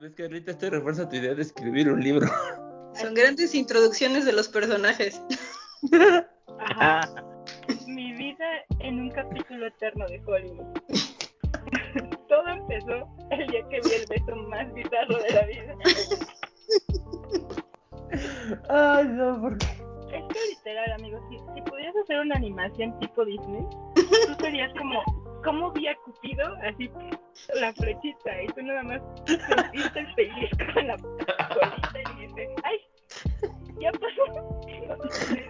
Es que ahorita estoy refuerza tu idea de escribir un libro. Son grandes introducciones de los personajes. Ajá. Mi vida en un capítulo eterno de Hollywood. Todo empezó el día que vi el beso más bizarro de la vida. Ay, no, porque. Es que literal, amigos, si, si pudieras hacer una animación tipo Disney, tú serías como, ¿cómo vi a Cupido? Así, la flechita, y tú nada más sentiste el pellizco en la colita y dices, ¡ay! Ya pasó.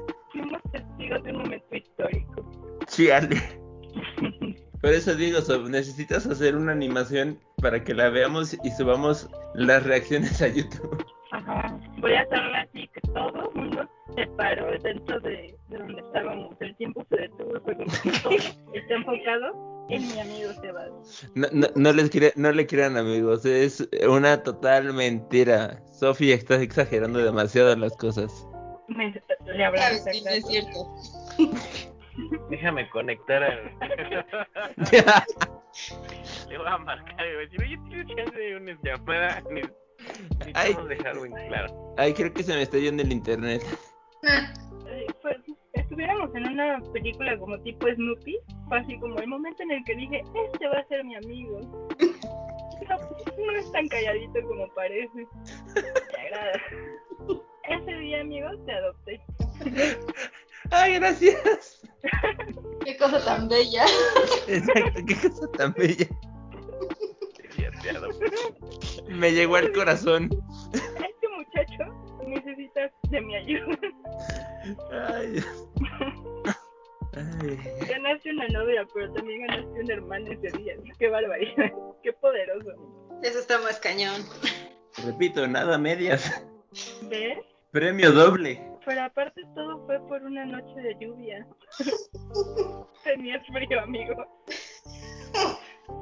Fuimos testigos de un momento histórico. Chiale. Por eso digo, Sob, necesitas hacer una animación para que la veamos y subamos las reacciones a YouTube. Ajá. Voy a hacerla así que todo el mundo se paró dentro de, de donde estábamos. El tiempo se detuvo, fue como está enfocado en mi amigo Sebas. No, no, no les cre- no le crean, amigos, es una total mentira. Sofía está exagerando demasiado las cosas. Me, le habrá Sabes que no es cierto. Déjame conectar al. Le voy a marcar y voy a decir, oye, ¿tienes chance de una llamada? Ni- Necesitamos dejar algo en claro. Ay, creo que se me está yendo el internet. Ah, Eh, pues, estuviéramos en una película como tipo Snoopy, fue así como el momento en el que dije, este va a ser mi amigo. No, no es tan calladito como parece. Me agrada. Ese día, amigos, te adopté. Ay, gracias. qué cosa tan bella. Exacto, qué cosa tan bella. Ya te adopté. Me llegó al corazón. Este muchacho necesita de mi ayuda. Ay, Dios. Ay. Ganaste una novia, pero también ganaste un hermano ese día. Qué barbaridad, qué poderoso. Eso está más cañón. Repito, nada medias. ¿Ves? Premio doble. Pero aparte todo fue por una noche de lluvia. Tenías frío, amigo.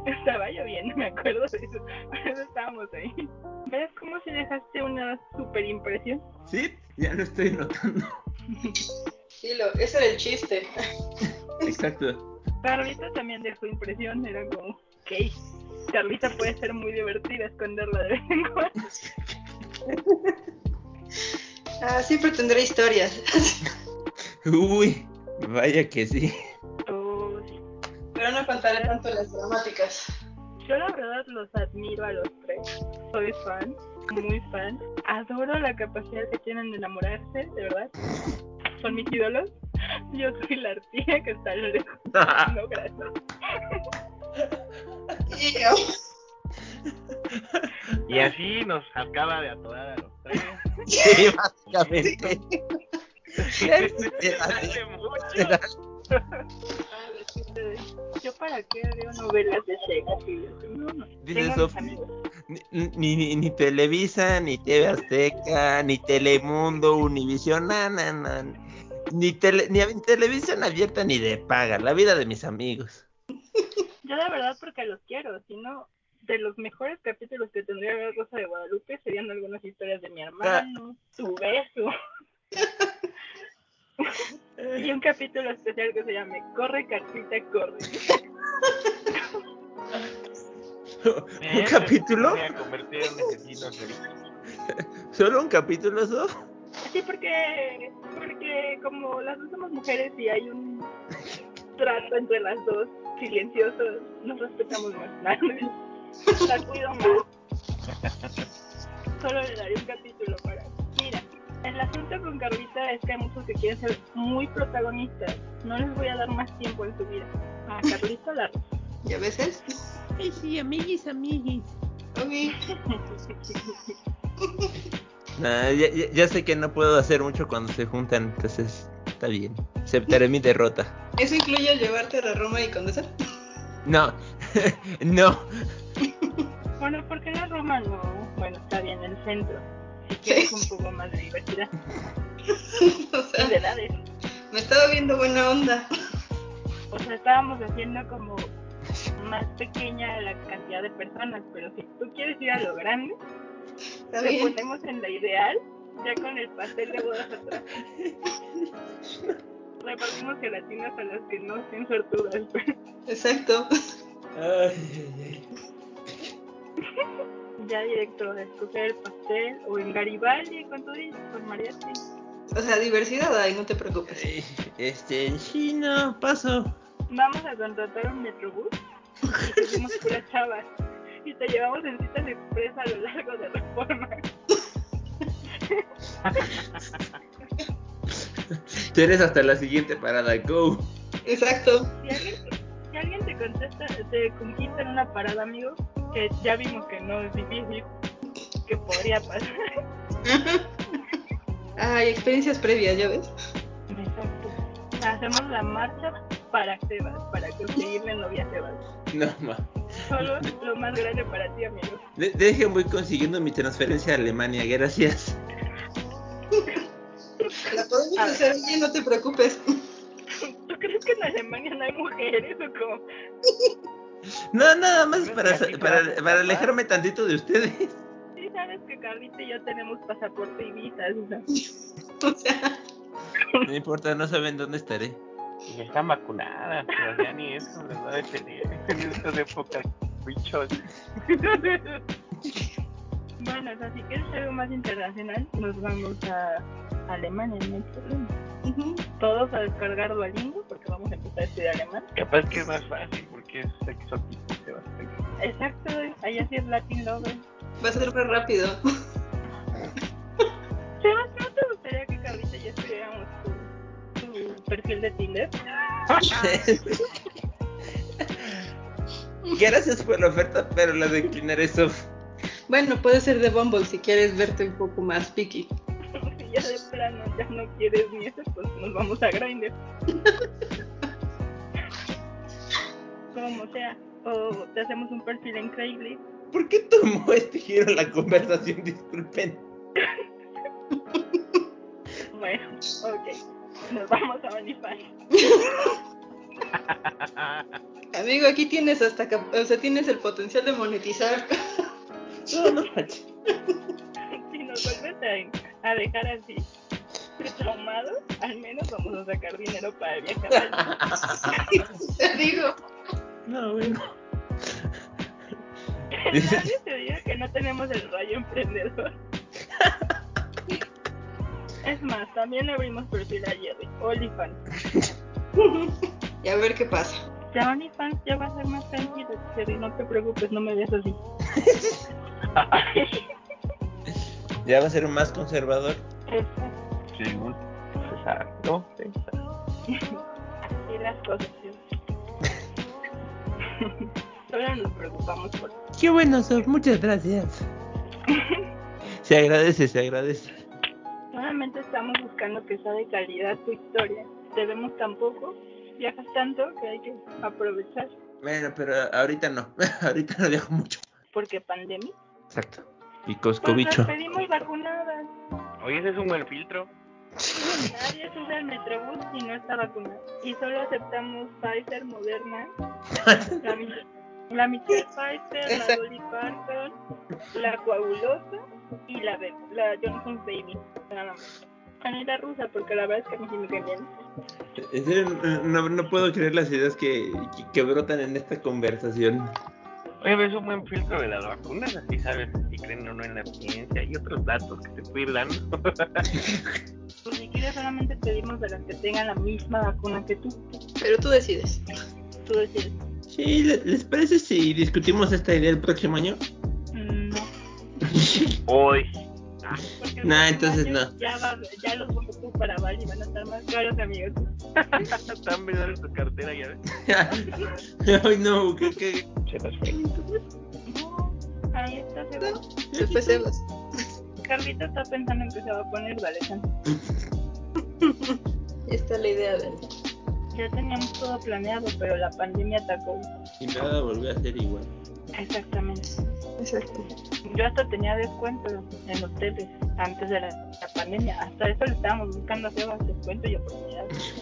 Estaba lloviendo, me acuerdo de eso. Por eso estábamos ahí. ¿Ves cómo si dejaste una super impresión? Sí, ya lo estoy notando. Sí, lo, ese era el chiste. Exacto. Carlita también dejó impresión, era como, ok, Carlita puede ser muy divertida esconderla de vez en cuando. Ah, siempre tendré historias. Uy, vaya que sí. Oh, sí. Pero no contaré tanto las dramáticas. Yo la verdad los admiro a los tres. Soy fan, muy fan. Adoro la capacidad que tienen de enamorarse, de verdad. Son mis ídolos. Yo soy la artilla que está lejos. Ah. No, gracias. Y así nos acaba de atorar a los tres. Sí, básicamente. Hace mucho. Ah, Yo para qué veo novelas de Shakespeare. No, no. Dice Tengo mis Sofi. amigos. Ni, ni, ni Televisa, ni TV Azteca, ni Telemundo, Univision, na, na, na. Ni, tele, ni a- televisión abierta ni de paga, la vida de mis amigos. Yo de verdad porque los quiero, si no, de los mejores capítulos que tendría que ver Rosa de Guadalupe serían algunas historias de mi hermano, tu beso. y un capítulo especial que se llame Corre Cartita, corre. ¿Un capítulo? Me voy a convertir en asesino serial. ¿Solo un capítulo, Sof? Sí, porque, porque como las dos somos mujeres y hay un trato entre las dos silencioso, nos respetamos más. La cuido más. Solo le daré un capítulo para. Mira, el asunto con Carlita es que hay muchos que quieren ser muy protagonistas. No les voy a dar más tiempo en su vida. A Carlita la ¿Y a veces? Ay, sí, amiguis, amiguis. Ok. Nah, ya, ya- ya sé que no puedo hacer mucho cuando se juntan, entonces está bien. Aceptaré mi derrota. ¿Eso incluye llevarte a Roma y Condesa? No, no. Bueno, ¿por qué la Roma no? Bueno, está bien, el centro. Si ¿Qué? quieres un poco más de diversidad O y sea, de edades. me estaba viendo buena onda. O sea, estábamos haciendo como más pequeña la cantidad de personas, pero si tú quieres ir a lo grande, Está Te bien. ponemos en la ideal, ya con el pastel de bodas atrás. Repartimos gelatinas a las que no estén suertudas. Exacto. ya directo a escoger el pastel o en Garibaldi con todo y con mariachi. O sea, diversidad hay, no te preocupes. Ay, Este, sí, no, paso. Vamos a contratar un metrobús y te hacemos pura chavas. Y te llevamos en citas express a lo largo de Reforma. Tú eres hasta la siguiente parada, go. Exacto. Si alguien, si alguien te contesta, te conquista en una parada, amigo, que ya vimos que no es difícil, que podría pasar. Ay, experiencias previas, ¿ya ves? Exacto. Hacemos la marcha para Sebas, para conseguirle novia a Sebas. No, ma. Solo lo más grande para ti, amigo. De- dejen, voy consiguiendo mi transferencia a Alemania, gracias. La podemos A ver. hacer bien, no te preocupes. ¿Tú crees que en Alemania no hay mujeres o cómo? No, nada más Ves, para, aquí te para, vas a para escapar. alejarme tantito de ustedes. Sí sabes que Carlita y yo tenemos pasaporte y visas, ¿no? O sea, No importa, no saben dónde estaré. Y están vacunadas, pero ya ni eso les va a detener. En estas épocas, bichos. Bueno, o sea, si quieres algo más internacional, nos vamos a Alemania, no hay problema. ujú. Todos a descargar Duolingo porque vamos a empezar a estudiar alemán. Capaz que es más fácil porque es exótico, se va a hacer. Exacto, allá sí es Latin Lover. va a ser más rápido. Sebas, ¿no te gustaría que Carlita y yo estudiáramos tu, tu perfil de Tinder? Gracias por la oferta, pero la declinaré, Sof. Bueno, puede ser de Bumble si quieres verte un poco más picky. Si ya de plano ya no quieres ni eso, pues nos vamos a Grindr. Como sea, o te hacemos un perfil en Craigslist. ¿Por qué tomó este giro la conversación? Disculpen. Bueno, ok. Nos vamos a OnlyFans. Amigo, aquí tienes hasta, cap- o sea, tienes el potencial de monetizar. No, no, manches. Si nos vuelves a, a dejar así, traumados, al menos vamos a sacar dinero para el viaje. a Bali. Te digo, No, bueno. Que nadie te diga que no tenemos el rayo emprendedor. Es más, también abrimos perfil a Jerry, OnlyFans. y a ver qué pasa. Ya OnlyFans ya va a ser más tranquilo, Jerry, no te preocupes, no me veas así. Ya va a ser más conservador. Según César, ¿no? César. Así las cosas. Jerry. Solo nos preocupamos por Qué bueno, Sof, muchas gracias. Se agradece, se agradece. Solamente estamos buscando que sea de calidad tu historia. Te vemos tan poco, viajas tanto que hay que aprovechar. Bueno, pero ahorita no. Ahorita no viajo mucho. Porque pandemia. Exacto. Y Pues Coscovicho. las pedimos vacunadas. Oye, ese es un buen filtro. Nadie sube al Metrobús si no está vacunado. Y solo aceptamos Pfizer, Moderna, la, mi- la mitad de Pfizer, la Exacto. Dolly Parton, la coagulosa y la, Be- la Johnson's Baby. Nada más. Anita rusa, porque la verdad es que a mí sí me cae bien. En serio, no, no puedo creer las ideas que, que, que brotan en esta conversación. Oye, ves un buen filtro de las vacunas, así sabes si creen o no en la ciencia y otros datos que te puedo ir dando. Pues si quieres solamente pedimos de las que tengan la misma vacuna que tú. Pero tú decides. Tú decides, Sí, ¿le- ¿les parece si discutimos esta idea el próximo año? mm, no. Hoy. Porque Nah, el entonces personaje no. Ya, va- ya los boletos para Bali van a estar más caros, amigos. Están vendiendo en tu cartera, ya ves. Ay, no, ¿qué, qué? Se las fue. No, ahí está, se va. Empecemos. Carlita está pensando en que se va a poner Valentán. Esta es la idea de Ya teníamos todo planeado, pero la pandemia atacó. Y nada volvió a ser igual. Exactamente. Exacto. Yo hasta tenía descuento en hoteles antes de la, la pandemia. Hasta eso le estábamos buscando a Sebas descuento y oportunidades.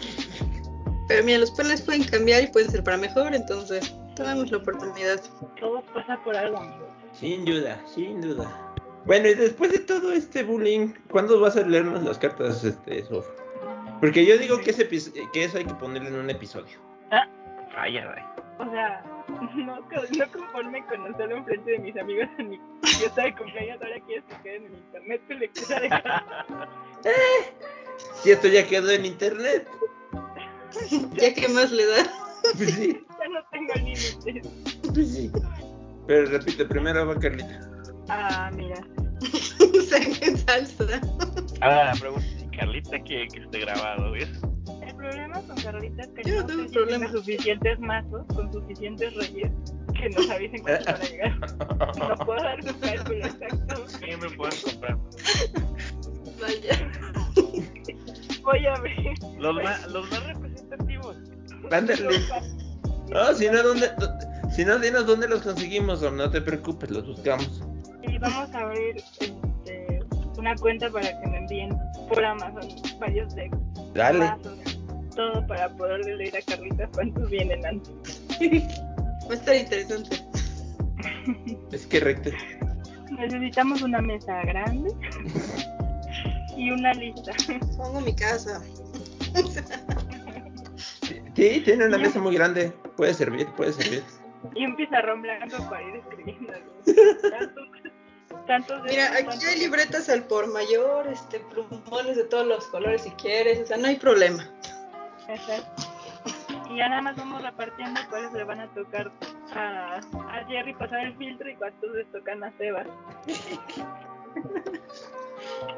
Pero mira, los planes pueden cambiar y pueden ser para mejor, entonces damos la oportunidad. Todo pasa por algo, amigos. Sin duda, sin duda. Bueno, y después de todo este bullying, ¿cuándo vas a leernos las cartas, este, Sof? Porque yo digo que, ese epi- que eso hay que ponerle en un episodio. Ay, ay, O sea, no, co- no conforme con hacerlo enfrente de mis amigos en mi fiesta de cumpleaños, ahora quieres que queden en internet tu lectura de cartas. Si esto ya quedó en internet, Ya que más le da. pues sí, Ya no tengo límites. pues sí. Pero repite, primero va Carlita. Ah, mira. Saquen salsa. Ahora la pregunta es si Carlita quiere que esté grabado, ¿ves? El problema con Carlita es que Yo no tengo sé si problema. tiene suficientes mazos con suficientes reyes que nos avisen cuándo van a llegar. No puedo dar un cálculo exacto. ¿Qué me pueden comprar? Vaya. Voy a abrir. Los más, los más representativos. Ándale. No, si no, ¿dónde, dó- si no, dinos dónde los conseguimos, o no te preocupes, los buscamos. Y vamos a abrir este, una cuenta para que me envíen por Amazon varios decks. Dale. mazos, Todo para poderle leer a Carlita cuántos vienen antes. Va a estar interesante. Es que recto. Necesitamos una mesa grande y una lista. Pongo mi casa. Sí, tiene una mesa muy grande. Puede servir, puede servir. Y un pizarrón blanco para ir escribiendo. Tantos- tantos de Mira, estos, aquí tantos hay de- libretas al por mayor, este, plumones de todos los colores si quieres. O sea, no hay problema. Exacto. Y ya nada más vamos repartiendo cuáles le van a tocar a, a Jerry pasar el filtro y cuántos les tocan a Sebas.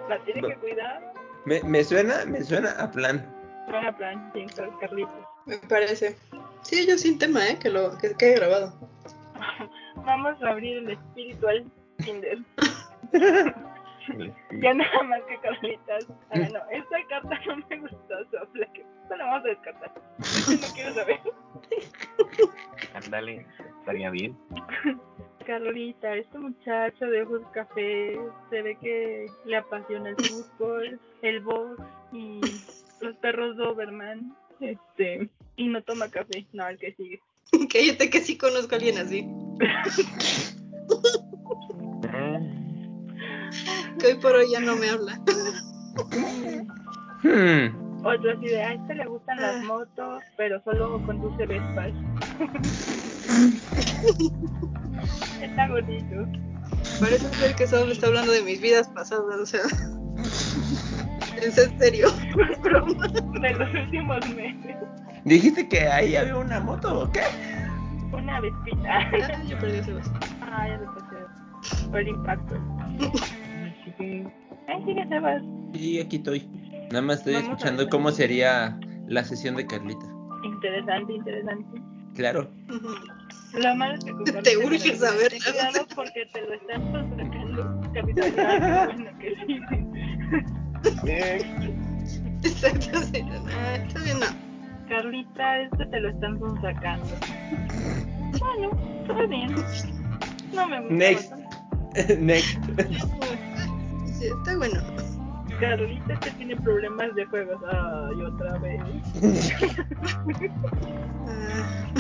La tiene que cuidar. Me, me suena, me suena a plan. Buena plan, sin sol, Carlitos. Me parece. Sí, yo sin tema, ¿eh? Que lo que quede grabado. Vamos a abrir el espiritual Tinder. Ya nada más que Carlitas. Ah, no, esta carta no me gustó, sopla. que- Esta la vamos a descartar. No quiero saber. Ándale, estaría bien. Carlita, este muchacho de ojos café se ve que le apasiona el fútbol, el box y los perros Doberman. Este, y no toma café. No, el que sigue. Cállate que sí conozco a alguien así. Ah, Que hoy por hoy ya no me habla. Hmm. Otro así de, a este le gustan las motos, pero solo conduce Vespas. Está bonito. Parece ser que solo está hablando de mis vidas pasadas, o sea. ¿Es en serio? Broma. De los últimos meses. ¿Dijiste que ahí había una moto o qué? Una vespita. Ah, yo perdí ese vaso. Ah, ya lo pasé. Por el impacto. Así que. Ahí sigue Sebas. Sí, aquí estoy. Nada más estoy Vamos a escuchando ver. cómo sería la sesión de Carlita. Interesante, interesante. Claro. Ujú. Lo malo es que con Carlita Te urge me lo saber. dices, Cuidado porque te lo están sacando capitalizando. Bueno, que sí. Exacto, sí. Ah, está bien, no. Carlita, este te lo están sacando. Bueno, está bien. No me gusta. Next. tanto. Next. Sí, está bueno. Carlita, este tiene problemas de juegos. Ay, otra vez. Ah,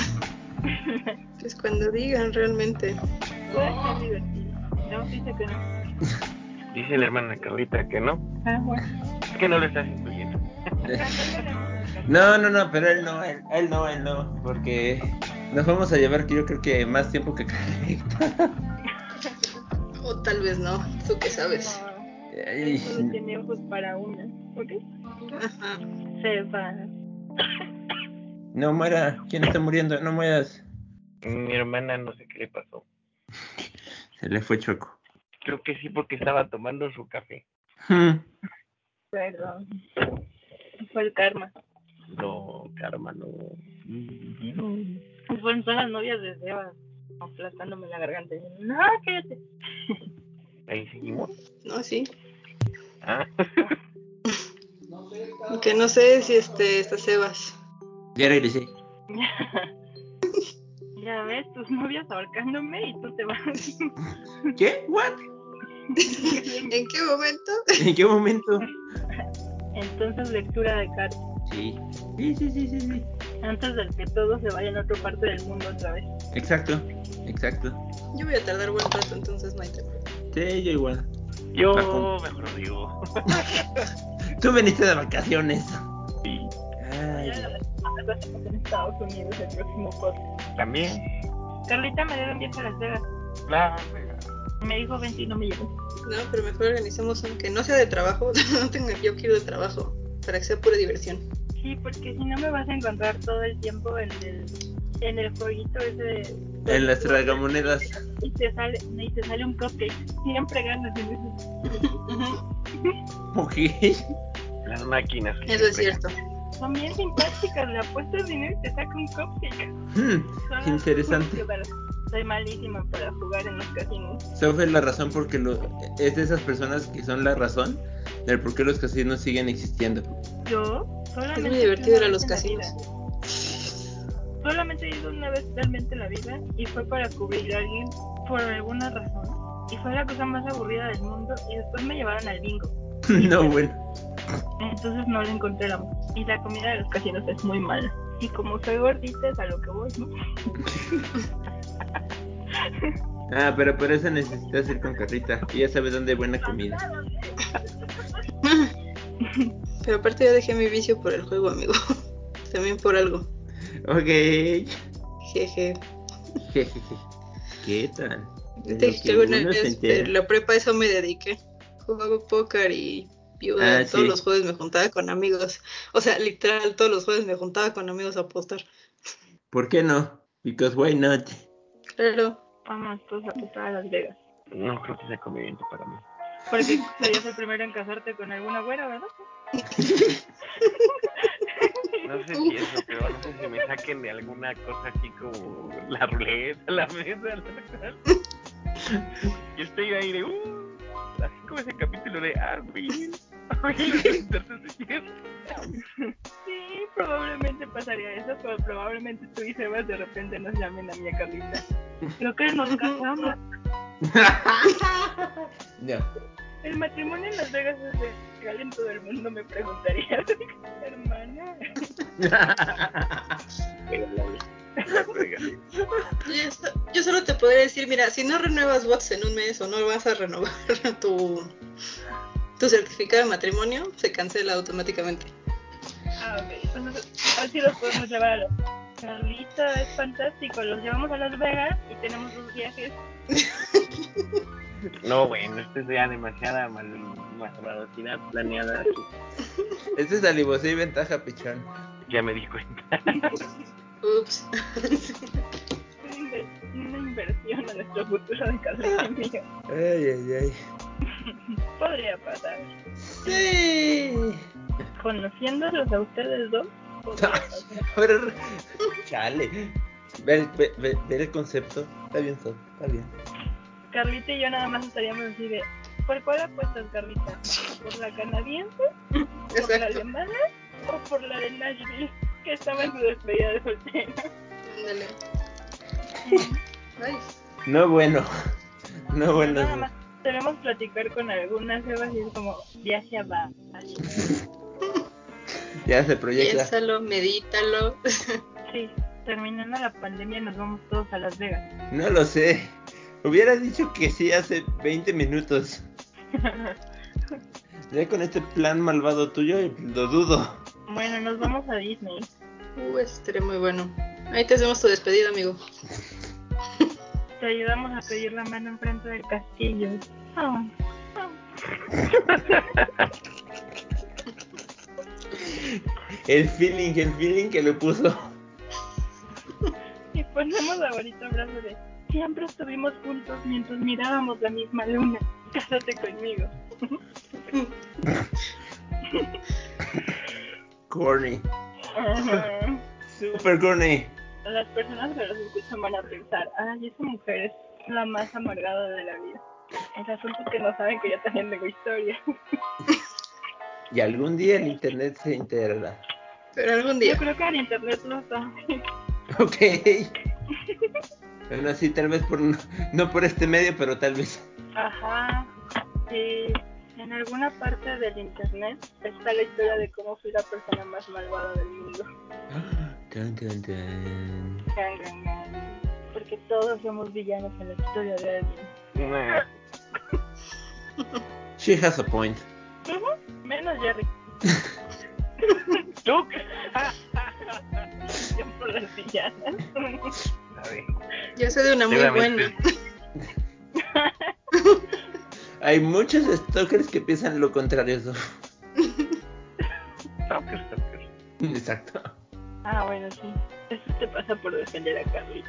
pues cuando digan realmente. Puede ser divertido. No, dice que no. Dice la hermana Carlita que no. Ah, bueno. Es que no lo estás incluyendo. No, no, no, pero él no, él, él no, él no. Porque nos vamos a llevar que yo creo que más tiempo que Carlita. O tal vez no, tú que sabes. No, Ay, solo tiene ojos para una. ¿Ok? Ajá. Se va. no muera. ¿Quién está muriendo? No mueras. Mi hermana no sé qué le pasó. Se le fue Choco. Creo que sí porque estaba tomando su café. Hmm. Perdón. Fue el karma. No, karma, no. Mm. Fueron todas las novias de Seba aplastándome la garganta. Y yo, No, cállate. Ahí seguimos. No, sí. Ah, Que no sé si este está Sebas. Ya regresé. Ya ves, tus novias ahorcándome y tú te vas. ¿Qué? ¿What? ¿En qué momento? ¿En qué momento? Entonces, lectura de cartas. Sí. Sí, sí, sí, sí, sí. Antes de que todos se vayan a otra parte del mundo otra vez. Exacto, exacto. Yo voy a tardar buen rato, entonces no hay tema. Sí, yo igual. Yo Bajo. mejor no digo. Tú viniste de vacaciones. Sí, Ay, en Estados Unidos el próximo podcast. también. Carlita me debe un viaje a Las Vegas. La Me dijo 20 y no me llegó. No, pero mejor organicemos un que no sea de trabajo. No tenga yo que ir de trabajo. Para que sea pura diversión. Sí, porque si no me vas a encontrar todo el tiempo en el, en el jueguito ese. en las tragamonedas. Y te sale, y te sale un cupcake. Siempre ganas en eso. Ujú, Ok. las máquinas. que Eso es siempre- cierto. Son bien simpáticas, le apuestas dinero y te saca un cupcake. Hmm, Son Interesante. las- Soy malísima para jugar en los casinos. Sophie es la razón porque lo, es de esas personas que son la razón del por qué los casinos siguen existiendo. Yo Es solamente. muy fui divertido ir una a vez los en la casinos. vida. Solamente he ido una vez realmente en la vida y fue para cubrir a alguien por alguna razón. Y fue la cosa más aburrida del mundo. Y después me llevaron al bingo. no, bueno. Entonces no le encontré el amor. Y la comida de los casinos es muy mala. Y como soy gordita, es a lo que voy, ¿no? Ah, pero para eso necesitas ir con carrita. Y ya sabes dónde hay buena comida. Pero aparte yo dejé mi vicio por el juego, amigo. También por algo. Ok. Jeje. Jejeje. ¿Qué tal? De lo Te- que alguna uno se vez, entera. pero la prepa a eso me dediqué. Jugaba póker y viuda. Ah, todos sí. los jueves me juntaba con amigos. O sea, literal, todos los jueves me juntaba con amigos a apostar. ¿Por qué no? Because why not? Claro. Vamos todos a apostar a Las Vegas. No creo que sea conveniente para mí. Porque serías el primero en casarte con alguna güera, ¿verdad? No sé si es lo peor, no sé si me saquen de alguna cosa así como la ruleta, la mesa, la tal. Y estoy ahí de, uh, así como ese capítulo de ah, Armin. Sí, probablemente pasaría eso, pero probablemente tú y Sebas de repente nos llamen a mi Carlita. Creo que nos casamos. No. El matrimonio en Las Vegas es legal en todo el mundo, me preguntaría. Hermana. Yo, so- yo solo te podría decir, mira, si no renuevas bots en un mes o no vas a renovar tu, tu certificado de matrimonio, se cancela automáticamente. Ah, ok. Entonces, así los podemos llevar a la Carlita, es fantástico. Los llevamos a Las Vegas y tenemos dos viajes. No, bueno, esto es ya demasiada mal, malvadacidad planeada. Este es alivosí y ventaja, pichón. Ya me di cuenta. Ups. Una inver- Una inversión a nuestro futuro de Carlita y mío. Ay, ay, ay. Podría pasar. sí. Conociéndolos a ustedes dos, podría pasar. Ahora- Chale. Ve, el- ve, ve- ve el concepto. Está bien, Sof, Está bien. Carlita y yo nada más estaríamos así de, ¿por cuál apuestas, Carlita? ¿Por la canadiense? ¿Por la Exacto. alemana? ¿O por la de Nashville? Que estaba en su despedida de soltero. Ándale. Ay. No bueno. No bueno. nada más debemos platicar con algunas cebas y es como, viaje a Bali. Ya se proyecta. Piénsalo, medítalo. Sí, terminando la pandemia nos vamos todos a Las Vegas. No lo sé. Hubieras dicho que sí hace 20 minutos. Ya con este plan malvado tuyo lo dudo. bueno, nos vamos a Disney. Uh, estaré muy bueno. Ahí te hacemos tu despedida, amigo. Te ayudamos a pedir la mano enfrente del castillo. Ah, ah. El feeling, el feeling que le puso. Y ponemos la bonita frase de siempre estuvimos juntos mientras mirábamos la misma luna. Cásate conmigo. Corny. Super corny. Las personas que los escuchan van a pensar, ay, esa mujer es la más amargada de la vida. El asunto es que no saben que yo también tengo historia. Y algún día el internet se integrará. Pero algún Yo día. creo que al internet lo saben. Ok. Bueno, sí, tal vez por, no por este medio, pero tal vez. Ajá. Sí. En alguna parte del internet está la historia de cómo fui la persona más malvada del mundo. Tan, tan, tan. Porque Ah, todos somos villanos en la historia de alguien. Nah. She has a point. Ujú, Menos Jerry. Luke. Yo por las villanas. A ver, Yo sé de una muy buena. seguramente- Hay muchos stalkers que piensan lo contrario. Sof. Stalker, stalker. Exacto. Ah, bueno, sí. Eso te pasa por defender a Carly.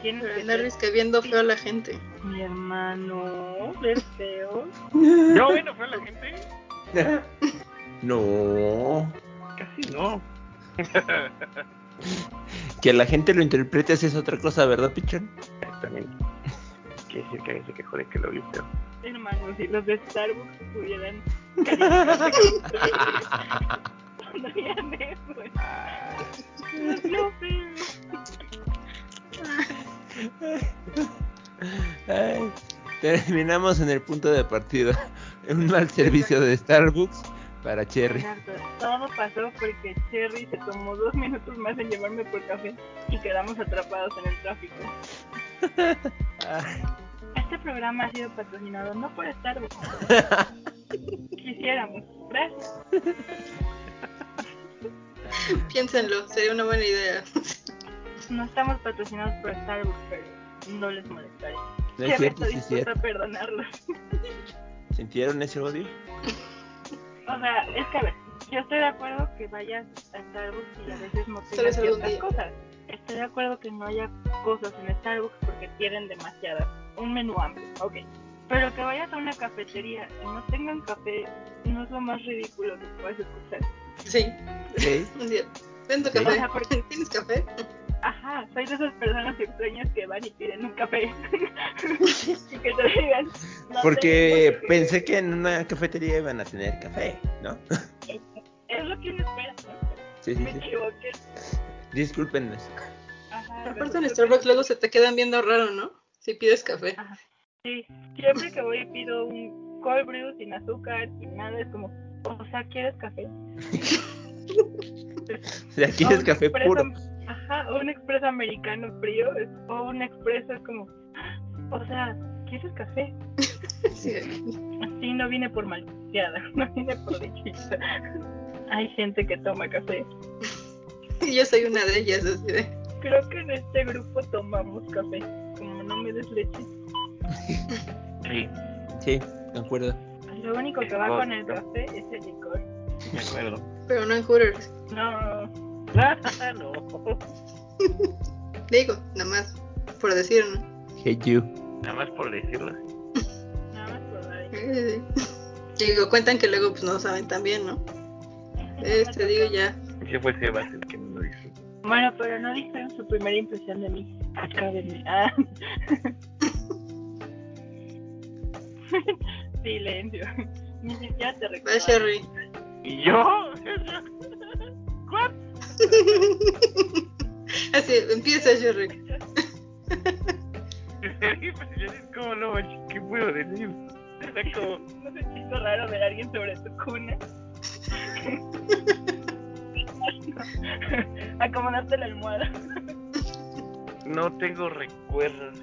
Tienes Pero que andar ser viendo feo a la gente. mi hermano. Ver feo. No, bueno, fue la gente. No. Casi no. Que la gente lo interprete así es otra cosa, ¿verdad, pichón? Exactamente. Quiere decir que alguien se quejó de que lo vio feo. Hermano, si los de Starbucks pudieran. calificarse como ustedes, no harían eso. Los vio feo. Ay, terminamos en el punto de partida. Un mal servicio de Starbucks para Cherry. Exacto. Todo pasó porque Cherry se tomó dos minutos más en llevarme por café y quedamos atrapados en el tráfico. Ay, Este programa ha sido patrocinado no por Starbucks. Quisiéramos. Gracias. Piénsenlo, sería una buena idea. No estamos patrocinados por Starbucks, pero no les molestaré. no es Cherry cierto, está sí es dispuesta cierto. a perdonarlos. ¿Sintieron ese odio? O sea, es que a ver, yo estoy de acuerdo que vayas a Starbucks y a veces no Solo tengas es algún ciertas día. cosas. Estoy de acuerdo que no haya cosas en Starbucks porque tienen demasiadas. Un menú amplio, ok. Pero que vayas a una cafetería y no tengan café no es lo más ridículo que puedes escuchar. Sí, Sí. un día. Ven tu Sí. café. Ajá, porque- ¿Tienes café? Ajá, soy de esas personas extrañas que van y piden un café. y que te digan. "No Porque tengo". pensé que en una cafetería iban a tener café, ¿no? Es lo que uno espera, ¿no? Sí, sí, Me sí. equivoqué. Discúlpenos. Ajá. Pero aparte en Starbucks luego se te quedan viendo raro, ¿no? Si pides café. Sí, siempre que voy pido un cold brew sin azúcar, sin nada, es como, o sea, ¿quieres café? O sea, aquí es O un café expreso- puro. Ajá, o un expreso americano frío, es- o un expreso es como, o sea, ¿quieres café? Ah, Sí. Sí, no vine por malcriada, no vine por dichita. Hay gente que toma café. Y yo soy una de ellas, así de. Creo que en este grupo tomamos café, como no me des leche. Sí, Sí, de acuerdo. Lo único que va con el café es el licor. me acuerdo. Pero no en Hooters. No, Ah, no. Digo, nada más. Por decir, ¿no? Hate you. Nada más por decirlo. nada más por dar. Sí, sí. Digo, cuentan que luego pues no saben tan bien, ¿no? Este, digo ya. Ese fue Sebas el que no lo hizo. Bueno, pero no dijeron su primera impresión de mí. Acábenme. Ah. Silencio. Ni siquiera te Va, recuerdo. Sherry. ¿Y yo? ¿What? Así, empieza, Sherry. ¿En serio? Pues yo dije, ¿cómo no? manches? ¿Qué puedo decir? Era como, ¿No se te hizo raro ver a alguien sobre tu cuna? Acomodarte la almohada. no tengo recuerdos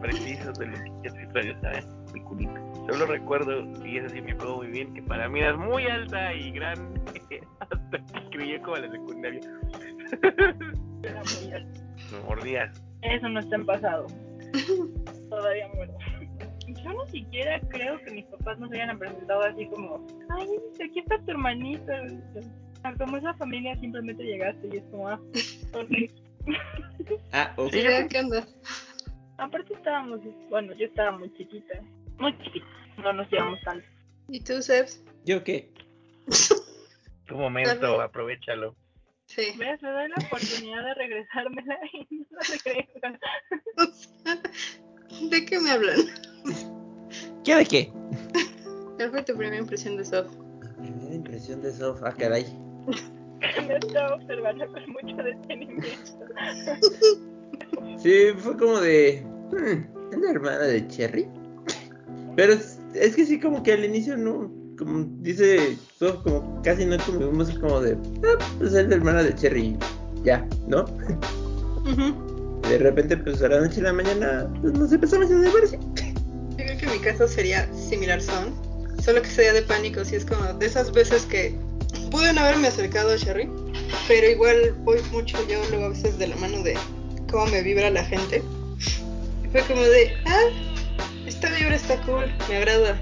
precisos de lo que yo atravesaba mi culito. Solo recuerdo, y eso sí me acuerdo muy bien, que para mí eras muy alta y grande. Hasta que creí como a la secundaria. Era muy alto. Me mordías. Eso no está en pasado. Todavía muerto. Yo ni siquiera creo que mis papás nos hayan presentado así como, ay, aquí está tu hermanito. O sea, Como esa familia simplemente llegaste y es como, ah, ok. Ah, ok. Sí, ya, ¿Qué onda? Aparte estábamos, bueno, yo estaba muy chiquita, muy chiquita, no nos llevamos tanto. ¿Y tú, Sebs? ¿Yo qué? Tu momento, aprovechalo. Sí. ¿Ves? Le doy la oportunidad de regresármela y no la regresan. ¿De qué me hablan? ¿Qué de qué? ¿Cuál fue tu primera impresión de Sof? Primera impresión de Sofa, caray. Me estaba observando con mucho detenimiento. Sí, fue como de. hmm, ¿Es la hermana de Cherry? Pero es, es que sí, como que al inicio no. Como dice Sof, como casi no tuvimos como de. Ah, pues es la hermana de Cherry. Ya, ¿no? Ujú. De repente, pues a la noche y la mañana, pues nos empezamos a separar. Yo creo que mi caso sería similar son. solo que sea de pánico, si es como de esas veces que pueden haberme acercado a Sherry, pero igual voy mucho yo luego a veces de la mano de cómo me vibra la gente. Y fue como de, ah, esta vibra está cool, me agrada.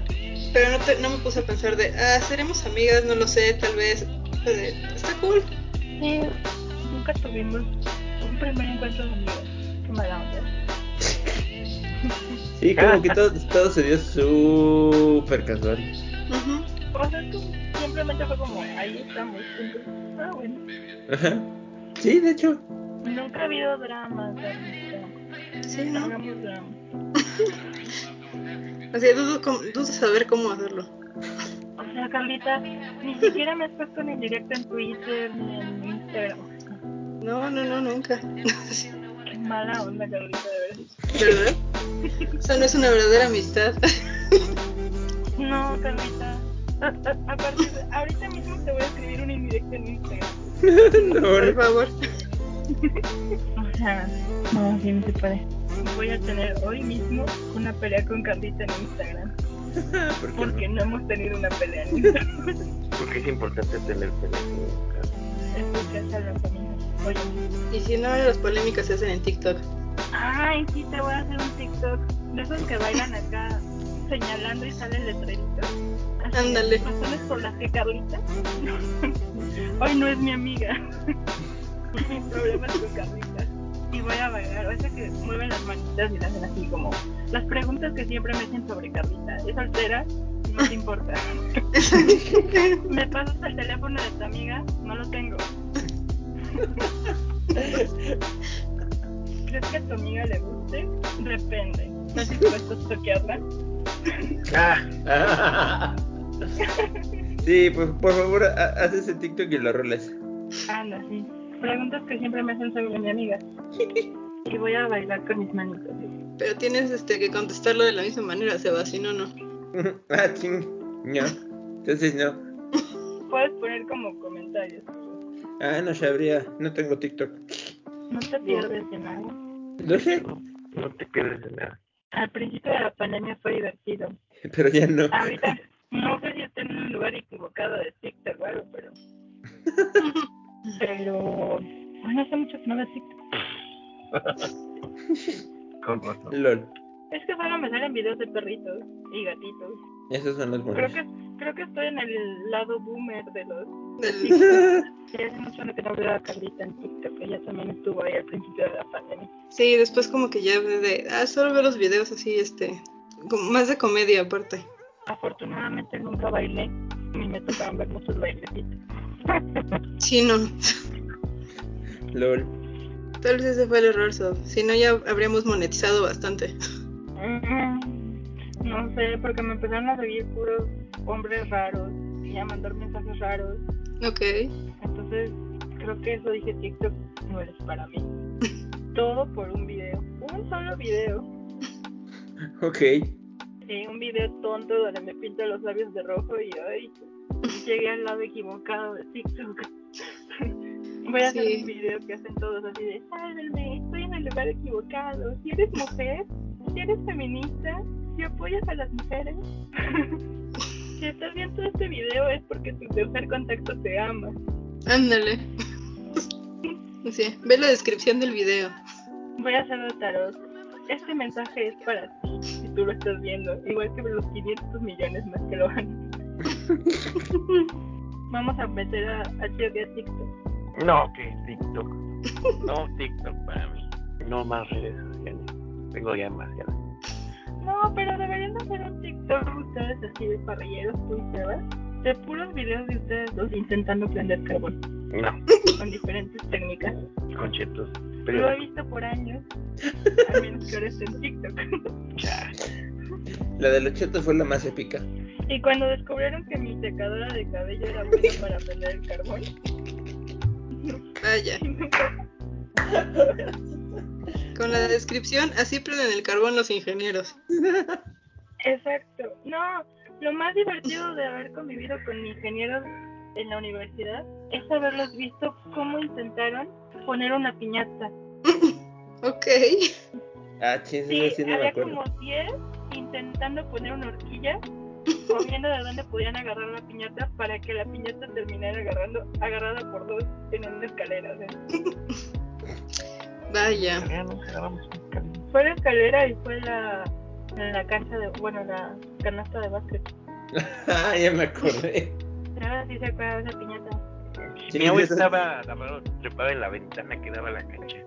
Pero no, te- no me puse a pensar de, ah, seremos amigas, no lo sé, tal vez. Fue de, está cool. Sí, nunca tuvimos un primer encuentro de amigos. Qué mala onda. Sí, como que todo, todo se dio súper casual. Ujú. O sea, es como- simplemente fue como, ahí estamos juntos. Ah, bueno. Ajá. Sí, de hecho. Nunca ha habido dramas. dramas, Sí, dramas. ¿no? Hagamos dramas. Así, dudo, cómo- dudo saber cómo hacerlo. O sea, Carlita, ni siquiera me has puesto en directo en Twitter ni en Instagram. No, no, no, nunca. Qué mala onda, Carlita, de verdad. ¿Verdad? Eso no es una verdadera amistad. No, Carlita. Aparte, ahorita mismo te voy a escribir un indirecto en Instagram. Lol. Por favor. O sea, no, así no se puede. Voy a tener hoy mismo una pelea con Carlita en Instagram. ¿Por qué Porque no? no hemos tenido una pelea en Instagram. Porque es importante tener teléfono. Escuchas a la familia. Oye. Y si no, las polémicas se hacen en TikTok. Ay, sí, te voy a hacer un TikTok. De esos que bailan acá señalando y sale el letrerito. Así, Ándale. Razones por las que Carlita hoy no es mi amiga. Mi problema es con Carlita. Y voy a bailar. O sea que mueven las manitas y las hacen así como las preguntas que siempre me hacen sobre Carlita. ¿Es soltera? No te importa. ¿Me pasas el teléfono de tu amiga? No lo tengo. ¿Crees que a tu amiga le guste? Depende. ¿No te cuesta toquearla? Ah. Sí, pues por favor, ha- haz ese TikTok y lo rolas. Anda, Ah, sí. Preguntas que siempre me hacen sobre mi amiga. Y voy a bailar con mis manitos. Pero tienes este, que contestarlo de la misma manera, Seba, si no, no. Ah, ching. No. Entonces no. Puedes poner como comentarios. Ah, no sabría. No tengo TikTok. No te pierdes de nada. Lo sé, No te pierdes de nada. Al principio de la pandemia fue divertido. pero ya no. Ahorita no sé si estoy en un lugar equivocado de TikTok o algo, pero. Pero. Bueno, hace mucho que no veo TikTok. Con razón. LOL. Es que solo me salen videos de perritos y gatitos. Esos son los Creo buenos. que, creo que estoy en el lado boomer de los Del- Sí, hace mucho que no veo a Carlita en TikTok. Ella también estuvo ahí al principio de la pandemia. Sí, después como que ya de, ah, solo veo los videos así, este, como más de comedia aparte. Afortunadamente nunca bailé, ni me tocaban ver muchos bailecitos. Sí, no. LOL. Tal vez ese fue el error, Sof. Si no, ya habríamos monetizado bastante. Mm, No sé, porque me empezaron a seguir puros hombres raros y a mandar mensajes raros. Ok. Entonces, creo que eso dije TikTok no es para mí. Todo por un video. Un solo video. Ok. Sí, un video tonto donde me pinto los labios de rojo y ay, llegué al lado equivocado de TikTok. Voy a hacer Sí. un video que hacen todos así de, sálvenme, estoy en el lugar equivocado. Si eres mujer, si eres feminista, si apoyas a las mujeres, si estás viendo este video es porque tu tercer contacto te ama. Ándale. Sí, ve la descripción del video. Voy a hacer de tarot. Este mensaje es para ti, si tú lo estás viendo, igual que los 500 millones más que lo van. Vamos a meter a, a Chevy a TikTok. No, que TikTok. No TikTok para mí. No más redes sociales. Tengo ya demasiadas. No, pero deberían de hacer un TikTok ustedes así de parrilleros, tú y Sebas, de puros videos de ustedes dos intentando prender carbón No, con diferentes técnicas. conchetos. Lo he Pero visto por años, al menos que ahora está en TikTok. ya. La de los chetos fue la más épica. Y cuando descubrieron que mi secadora de cabello era buena para prender el carbón, Vaya. Con la descripción, así prenden el carbón los ingenieros. Exacto. No, lo más divertido de haber convivido con ingenieros en la universidad es haberlos visto cómo intentaron poner una piñata. Ok. Ah, ching, Sí, sí, sí, no me había acuerdo. como 10 intentando poner una horquilla o viendo de dónde podían agarrar la piñata para que la piñata terminara agarrando, agarrada por dos en una escalera. o sea, Vaya. Ya nos agarramos un cariño. fue la escalera y fue la, la cancha de, bueno, la canasta de básquet. Ah, ya me acordé. Ahora sí se acuerda de esa piñata. Sí, Mi abuela esa- estaba agarrado, trepado en la ventana que daba a la cancha.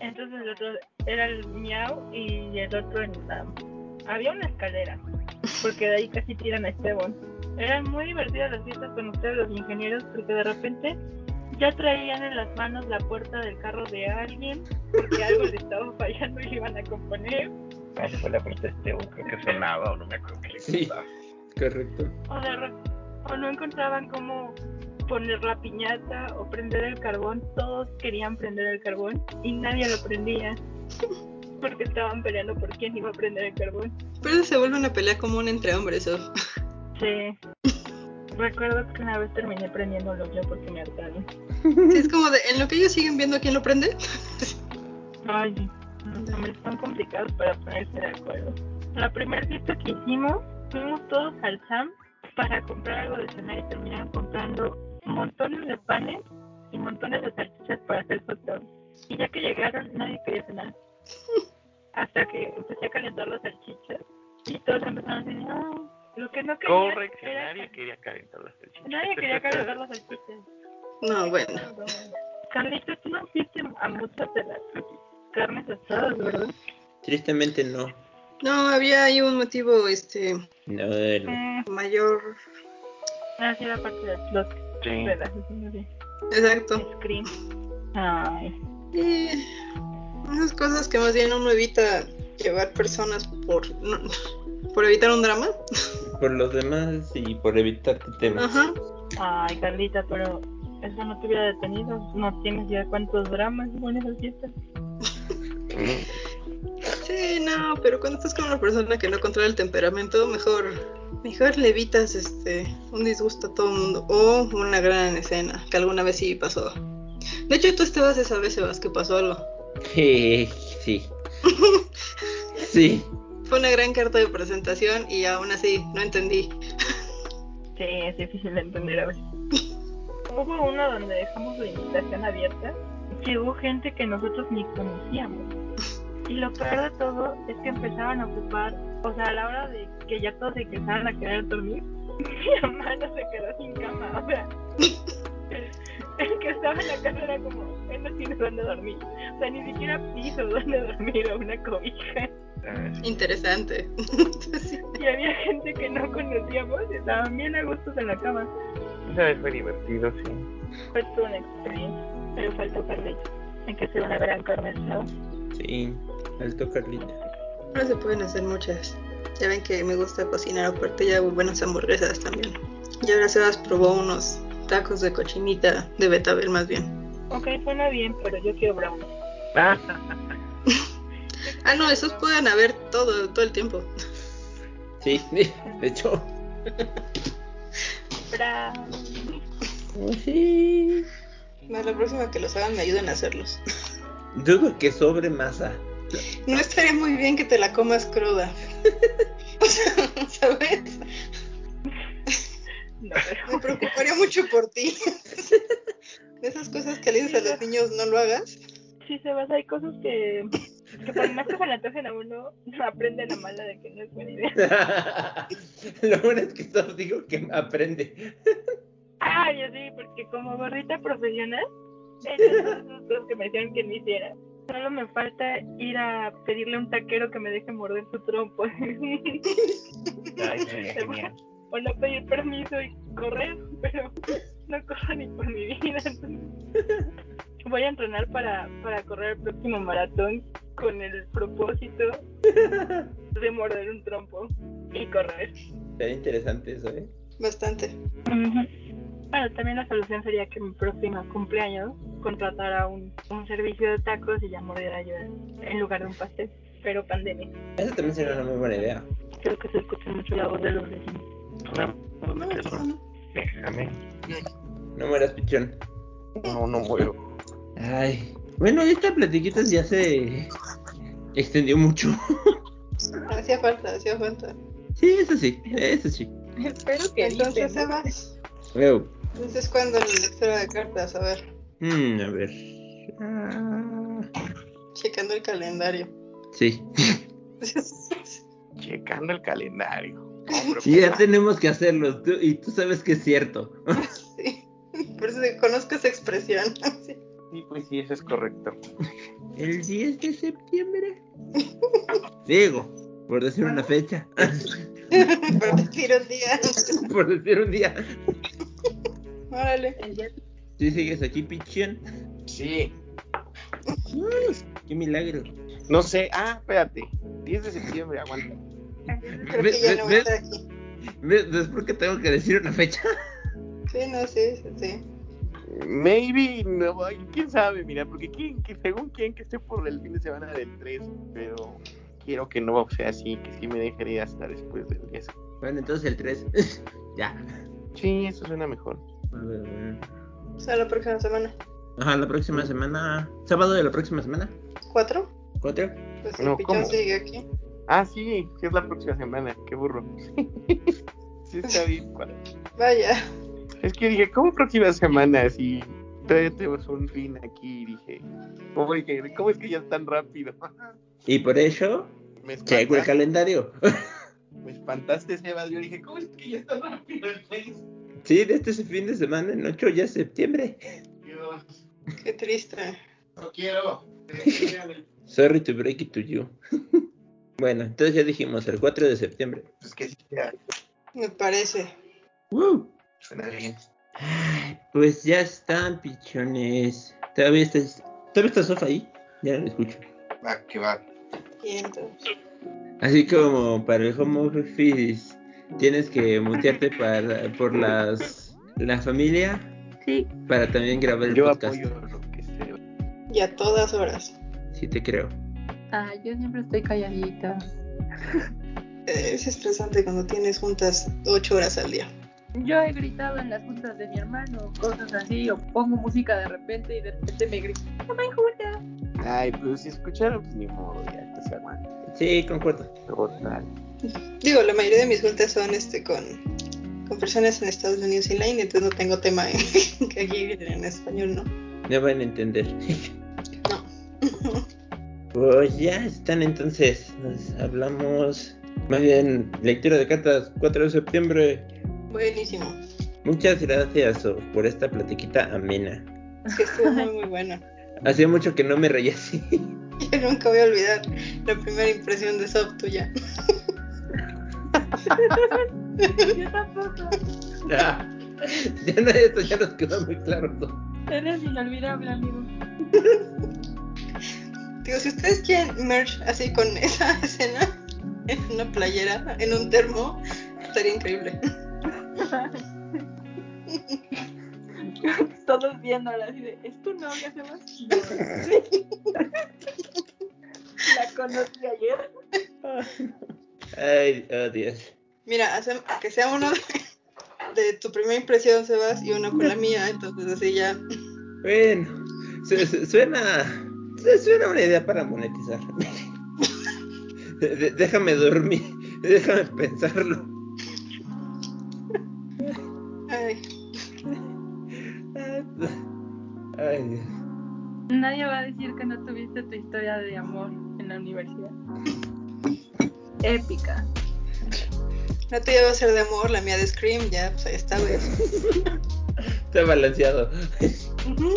Entonces el otro era el miau y el otro en la... Había una escalera, porque de ahí casi tiran a Esteban. Eran muy divertidas las fiestas con ustedes los ingenieros, porque de repente ya traían en las manos la puerta del carro de alguien, porque algo le estaba fallando y le iban a componer. Ah, fue la puerta de Esteban, creo que sonaba o no me acuerdo qué le Sí. cantaba. Correcto. o, de re- o no encontraban cómo poner la piñata o prender el carbón. Todos querían prender el carbón y nadie lo prendía porque estaban peleando por quién iba a prender el carbón. Pero se vuelve una pelea común entre hombres. ¿o? Sí. Recuerdo que una vez terminé prendiéndolo yo porque me hartaron. Sí, es como de, en lo que ellos siguen viendo quién lo prende. Ay, los hombres son complicados para ponerse de acuerdo. La primera fiesta que hicimos, fuimos todos al Sam para comprar algo de cenar y terminaron comprando montones de panes y montones de salchichas para hacer hot dogs. Y ya que llegaron, nadie quería cenar. Hasta que empecé a calentar las salchichas y todos empezaron a decir, no, lo que no quería era... Correccionar y quería calentar las salchichas. Nadie quería calentar las salchichas. No, bueno. Carlitos, tú no fuiste a muchas de las carnes asadas, ¿verdad? Tristemente no. No, había ahí un motivo este No, el- Mm, mayor. Ah, sí, la parte de los Sí. de las escenas de Exacto. Scream. Ay. Y esas cosas que más bien uno evita llevar personas por, no, por evitar un drama. por los demás y por este evitarte temas. Ajá. Ay, Carlita, pero eso no te hubiera detenido. No tienes idea cuántos dramas hubo en esas fiestas. Sí, no, pero cuando estás con una persona que no controla el temperamento, mejor, mejor le evitas este, un disgusto a todo el mundo o una gran escena que alguna vez sí pasó. De hecho, tú estabas esa vez, Sebas, que pasó algo. Sí, sí. Sí. Fue una gran carta de presentación y aún así no entendí. Sí, es difícil de entender a veces. hubo una donde dejamos la invitación abierta. Llegó gente que nosotros ni conocíamos. Y lo peor de todo es que empezaban a ocupar, o sea, a la hora de que ya todos se empezaban a querer dormir, mi hermana se quedó sin cama. O sea, el que estaba en la casa era como, él no tiene dónde dormir. O sea, ni siquiera piso dónde dormir o una cobija. Ah, sí. Interesante. Sí. Y había gente que no conocíamos y estaban bien a gustos en la cama. Esa vez fue divertido, sí. Fue toda una experiencia, pero faltó Carlitos. Hay que hacer una gran carne asada. Sí. Alto Carlita. Ahora se pueden hacer muchas. Ya ven que me gusta cocinar, aparte ya hago buenas hamburguesas también. Y ahora Sebas probó unos tacos de cochinita, de betabel más bien. Ok, suena bien, pero yo quiero brown. Ah, Ah, no, esos pueden haber todo, todo el tiempo. Sí, de hecho. Brown. oh, sí. No, la próxima que los hagan me ayuden a hacerlos. Dudo que sobre masa. No estaría muy bien que te la comas cruda. O sea, ¿sabes? No, Me preocuparía mucho por ti. De esas cosas que le dices a los niños, no lo hagas. sí se basa, hay cosas que, que por más que se le antojen a uno, aprende la mala de que no es buena idea. Lo bueno es que todos digo que aprende. Ah, yo sí, porque como gorrita profesional, esas son las cosas que me dijeron que no hiciera. Solo me falta ir a pedirle a un taquero que me deje morder su trompo. ay, sería genial. o no pedir permiso y correr, pero no corro ni por mi vida. entonces. Voy a entrenar para, para correr el próximo maratón con el propósito de morder un trompo y correr. Sería interesante eso, ¿eh? Bastante. Bueno, también la solución sería que mi próximo cumpleaños contratara un, un servicio de tacos y ya mordiera yo el- en lugar de un pastel. Pero pandemia, Eso también sería una muy buena idea. creo que se escucha mucho la voz de los vecinos. No, No, no, no. déjame. No mueras, pichón. No, no muero. Ay. Bueno, esta platiquita ya se extendió mucho. Hacía falta, hacía falta. Sí, eso sí, eso sí. Espero que Entonces, dicen, ¿no? Sebas, Ew. entonces cuando la lectura de cartas, a ver, Mm, a ver. Ah, checando el calendario. sí. Checando el calendario. Hombre, Sí, ya pues, tenemos que hacerlo. tú- y tú sabes que es cierto. Sí. Por eso digo, conozco esa expresión. Sí. sí, pues sí, eso es correcto. El 10 de septiembre. Digo, por decir una fecha. Para decir un día. por decir un día. Órale. Sí, sigues aquí, pichón. Sí. Qué milagro. No sé. Ah, espérate. 10 de septiembre, aguanta. Creo que ya no voy a estar aquí. ¿Ves, ves por qué tengo que decir una fecha? Sí, no, sí, sí, sí. Maybe, no, ay, quién sabe, mira, porque quién, que según quién que esté por el fin de semana del 3, pero quiero que no sea así, que sí me dejaría hasta después del 10. Bueno, entonces el 3. ya. Sí, eso suena mejor. O sea, la próxima semana. Ajá, la próxima semana. Sábado de la próxima semana. ¿Cuatro? ¿Cuatro? Pues No, el pichón ¿cómo? sigue aquí. Ah, sí, sí es la próxima semana, qué burro. sí, está bien. cuál. Vaya. Es que dije, ¿cómo próxima semana? Si todavía tenemos un fin aquí, dije. ¿Cómo, dije, ¿cómo es que ya es tan rápido? Y por eso, me, checo el espantaste, calendario. me espantaste, pues, Sebas, yo dije, ¿cómo es que ya es tan rápido el 3? sí, de este fin de semana, en 8 ya es septiembre. Dios, Qué triste. no quiero. Pues, Sorry to break it to you. bueno, entonces ya dijimos el 4 de septiembre. Pues que sí, ya, Me parece. ¡Woo! suena bien. Ay, Pues ya están, pichones. Todavía estás, todavía está Sof ahí. Ya lo escucho. Va, que va. Y entonces. Así como para el home office tienes que mutearte para, por las la familia. Sí. Para también grabar el Yo podcast. apoyo lo que sea. Y a todas horas. Sí te creo. Ah, yo siempre estoy calladita. Eh, Es estresante cuando tienes juntas ocho horas al día. Yo he gritado en las juntas de mi hermano, cosas así, o pongo música de repente y de repente me gritan, ¡No me juntas! Ay, pero si escucharon, pues ni modo, ya que se pues, aguanta. Sí, concuerdo. Total. Digo, la mayoría de mis juntas son este con, con personas en Estados Unidos y line, entonces no tengo tema en- que aquí en español, ¿no? Me van a entender. No. Pues ya están entonces. Nos hablamos. Más bien, lectura de cartas 4 de septiembre. Buenísimo. Muchas gracias Sof, por esta platiquita amena. Sí, estuvo muy, muy bueno. Hacía mucho que no me reía así. Yo nunca voy a olvidar la primera impresión de Sof tuya. Yo tampoco. Ah. ya no, esto ya nos quedó muy claro. ¿no? Eres inolvidable, amigo. Digo, si ustedes quieren merch así con esa escena en una playera, en un termo, estaría increíble. Todos viéndola así de, ¿es tu novia, Sebas? La conocí ayer. Ah, Ay, oh Dios. Mira, hace- que sea uno de, de tu primera impresión, Sebas, y uno con la mía, entonces así ya. Bueno, su- su- suena, su- suena una idea para monetizar. De- de- déjame dormir, déjame pensarlo. Ay, Ay, Dios. Nadie va a decir que no tuviste tu historia de amor en la universidad. Épica. no te iba a ser de amor, la mía de Scream, ya, pues ahí está, güey. Está balanceado. Ujú.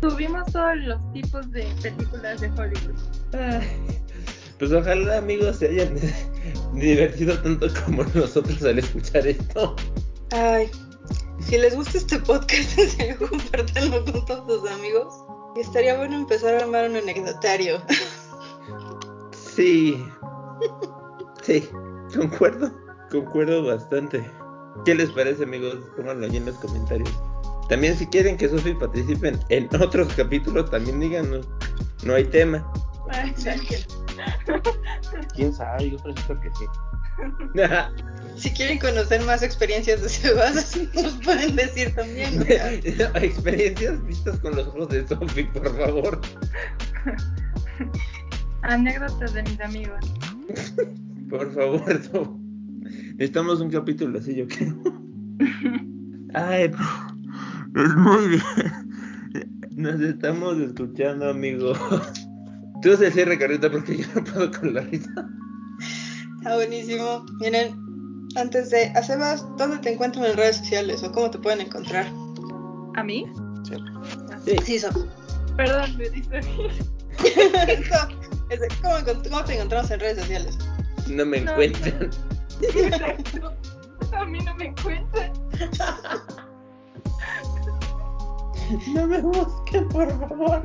Tuvimos todos los tipos de películas de Hollywood. Ay, Pues ojalá amigos se hayan divertido tanto como nosotros al escuchar esto. Ay, si les gusta este podcast, en serio, compártanlo con todos sus amigos. Y estaría bueno empezar a armar un anecdotario. Sí. Sí, concuerdo. Concuerdo bastante. ¿Qué les parece, amigos? Pónganlo ahí en los comentarios. También si quieren que Sofi participen en otros capítulos, también díganos. No hay tema. ¿Quién sabe? Yo presento que sí. Si quieren conocer más experiencias de Sebas, nos pueden decir también. o sea, Experiencias vistas con los ojos de Sofi, por favor. Anécdotas de mis amigos. Por favor, Sof. Necesitamos un capítulo así, yo creo. Ay, bro. es muy bien. Nos estamos escuchando, amigos. Tú se cierre, Carlita, porque yo no puedo con la risa. Está buenísimo. Miren, antes de. A Sebas, ¿dónde te encuentran en redes sociales o cómo te pueden encontrar? ¿A mí? Sí. Sí. Sí, Sof. Perdón, me dice. Sof, es de, ¿cómo, encont- cómo te encontramos en redes sociales? No me No, encuentran. A mí no me encuentran. No me busquen, por favor.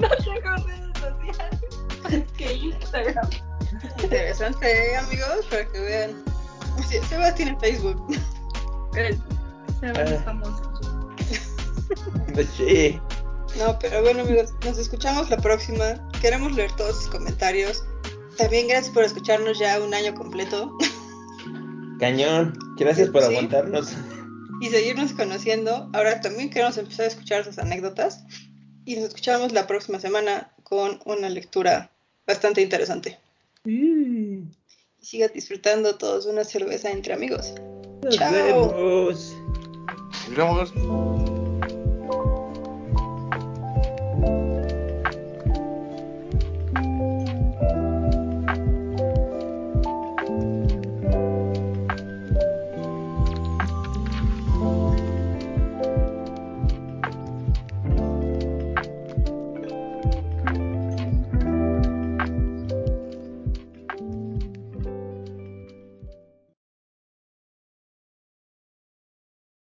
No tengo redes sociales. Que Instagram. Interesante, ¿eh, amigos, para que vean. Sí, Sebas tiene Facebook. El, Sebas Ah. es famoso. No sé. No, pero bueno, amigos, nos escuchamos la próxima. Queremos leer todos sus comentarios. También gracias por escucharnos ya un año completo Cañón, gracias por Sí. aguantarnos. y seguirnos conociendo. Ahora también queremos empezar a escuchar sus anécdotas. Y nos escuchamos la próxima semana con una lectura bastante interesante. Y sigas disfrutando todos una cerveza entre amigos. Nos Chao. vemos. Nos vemos.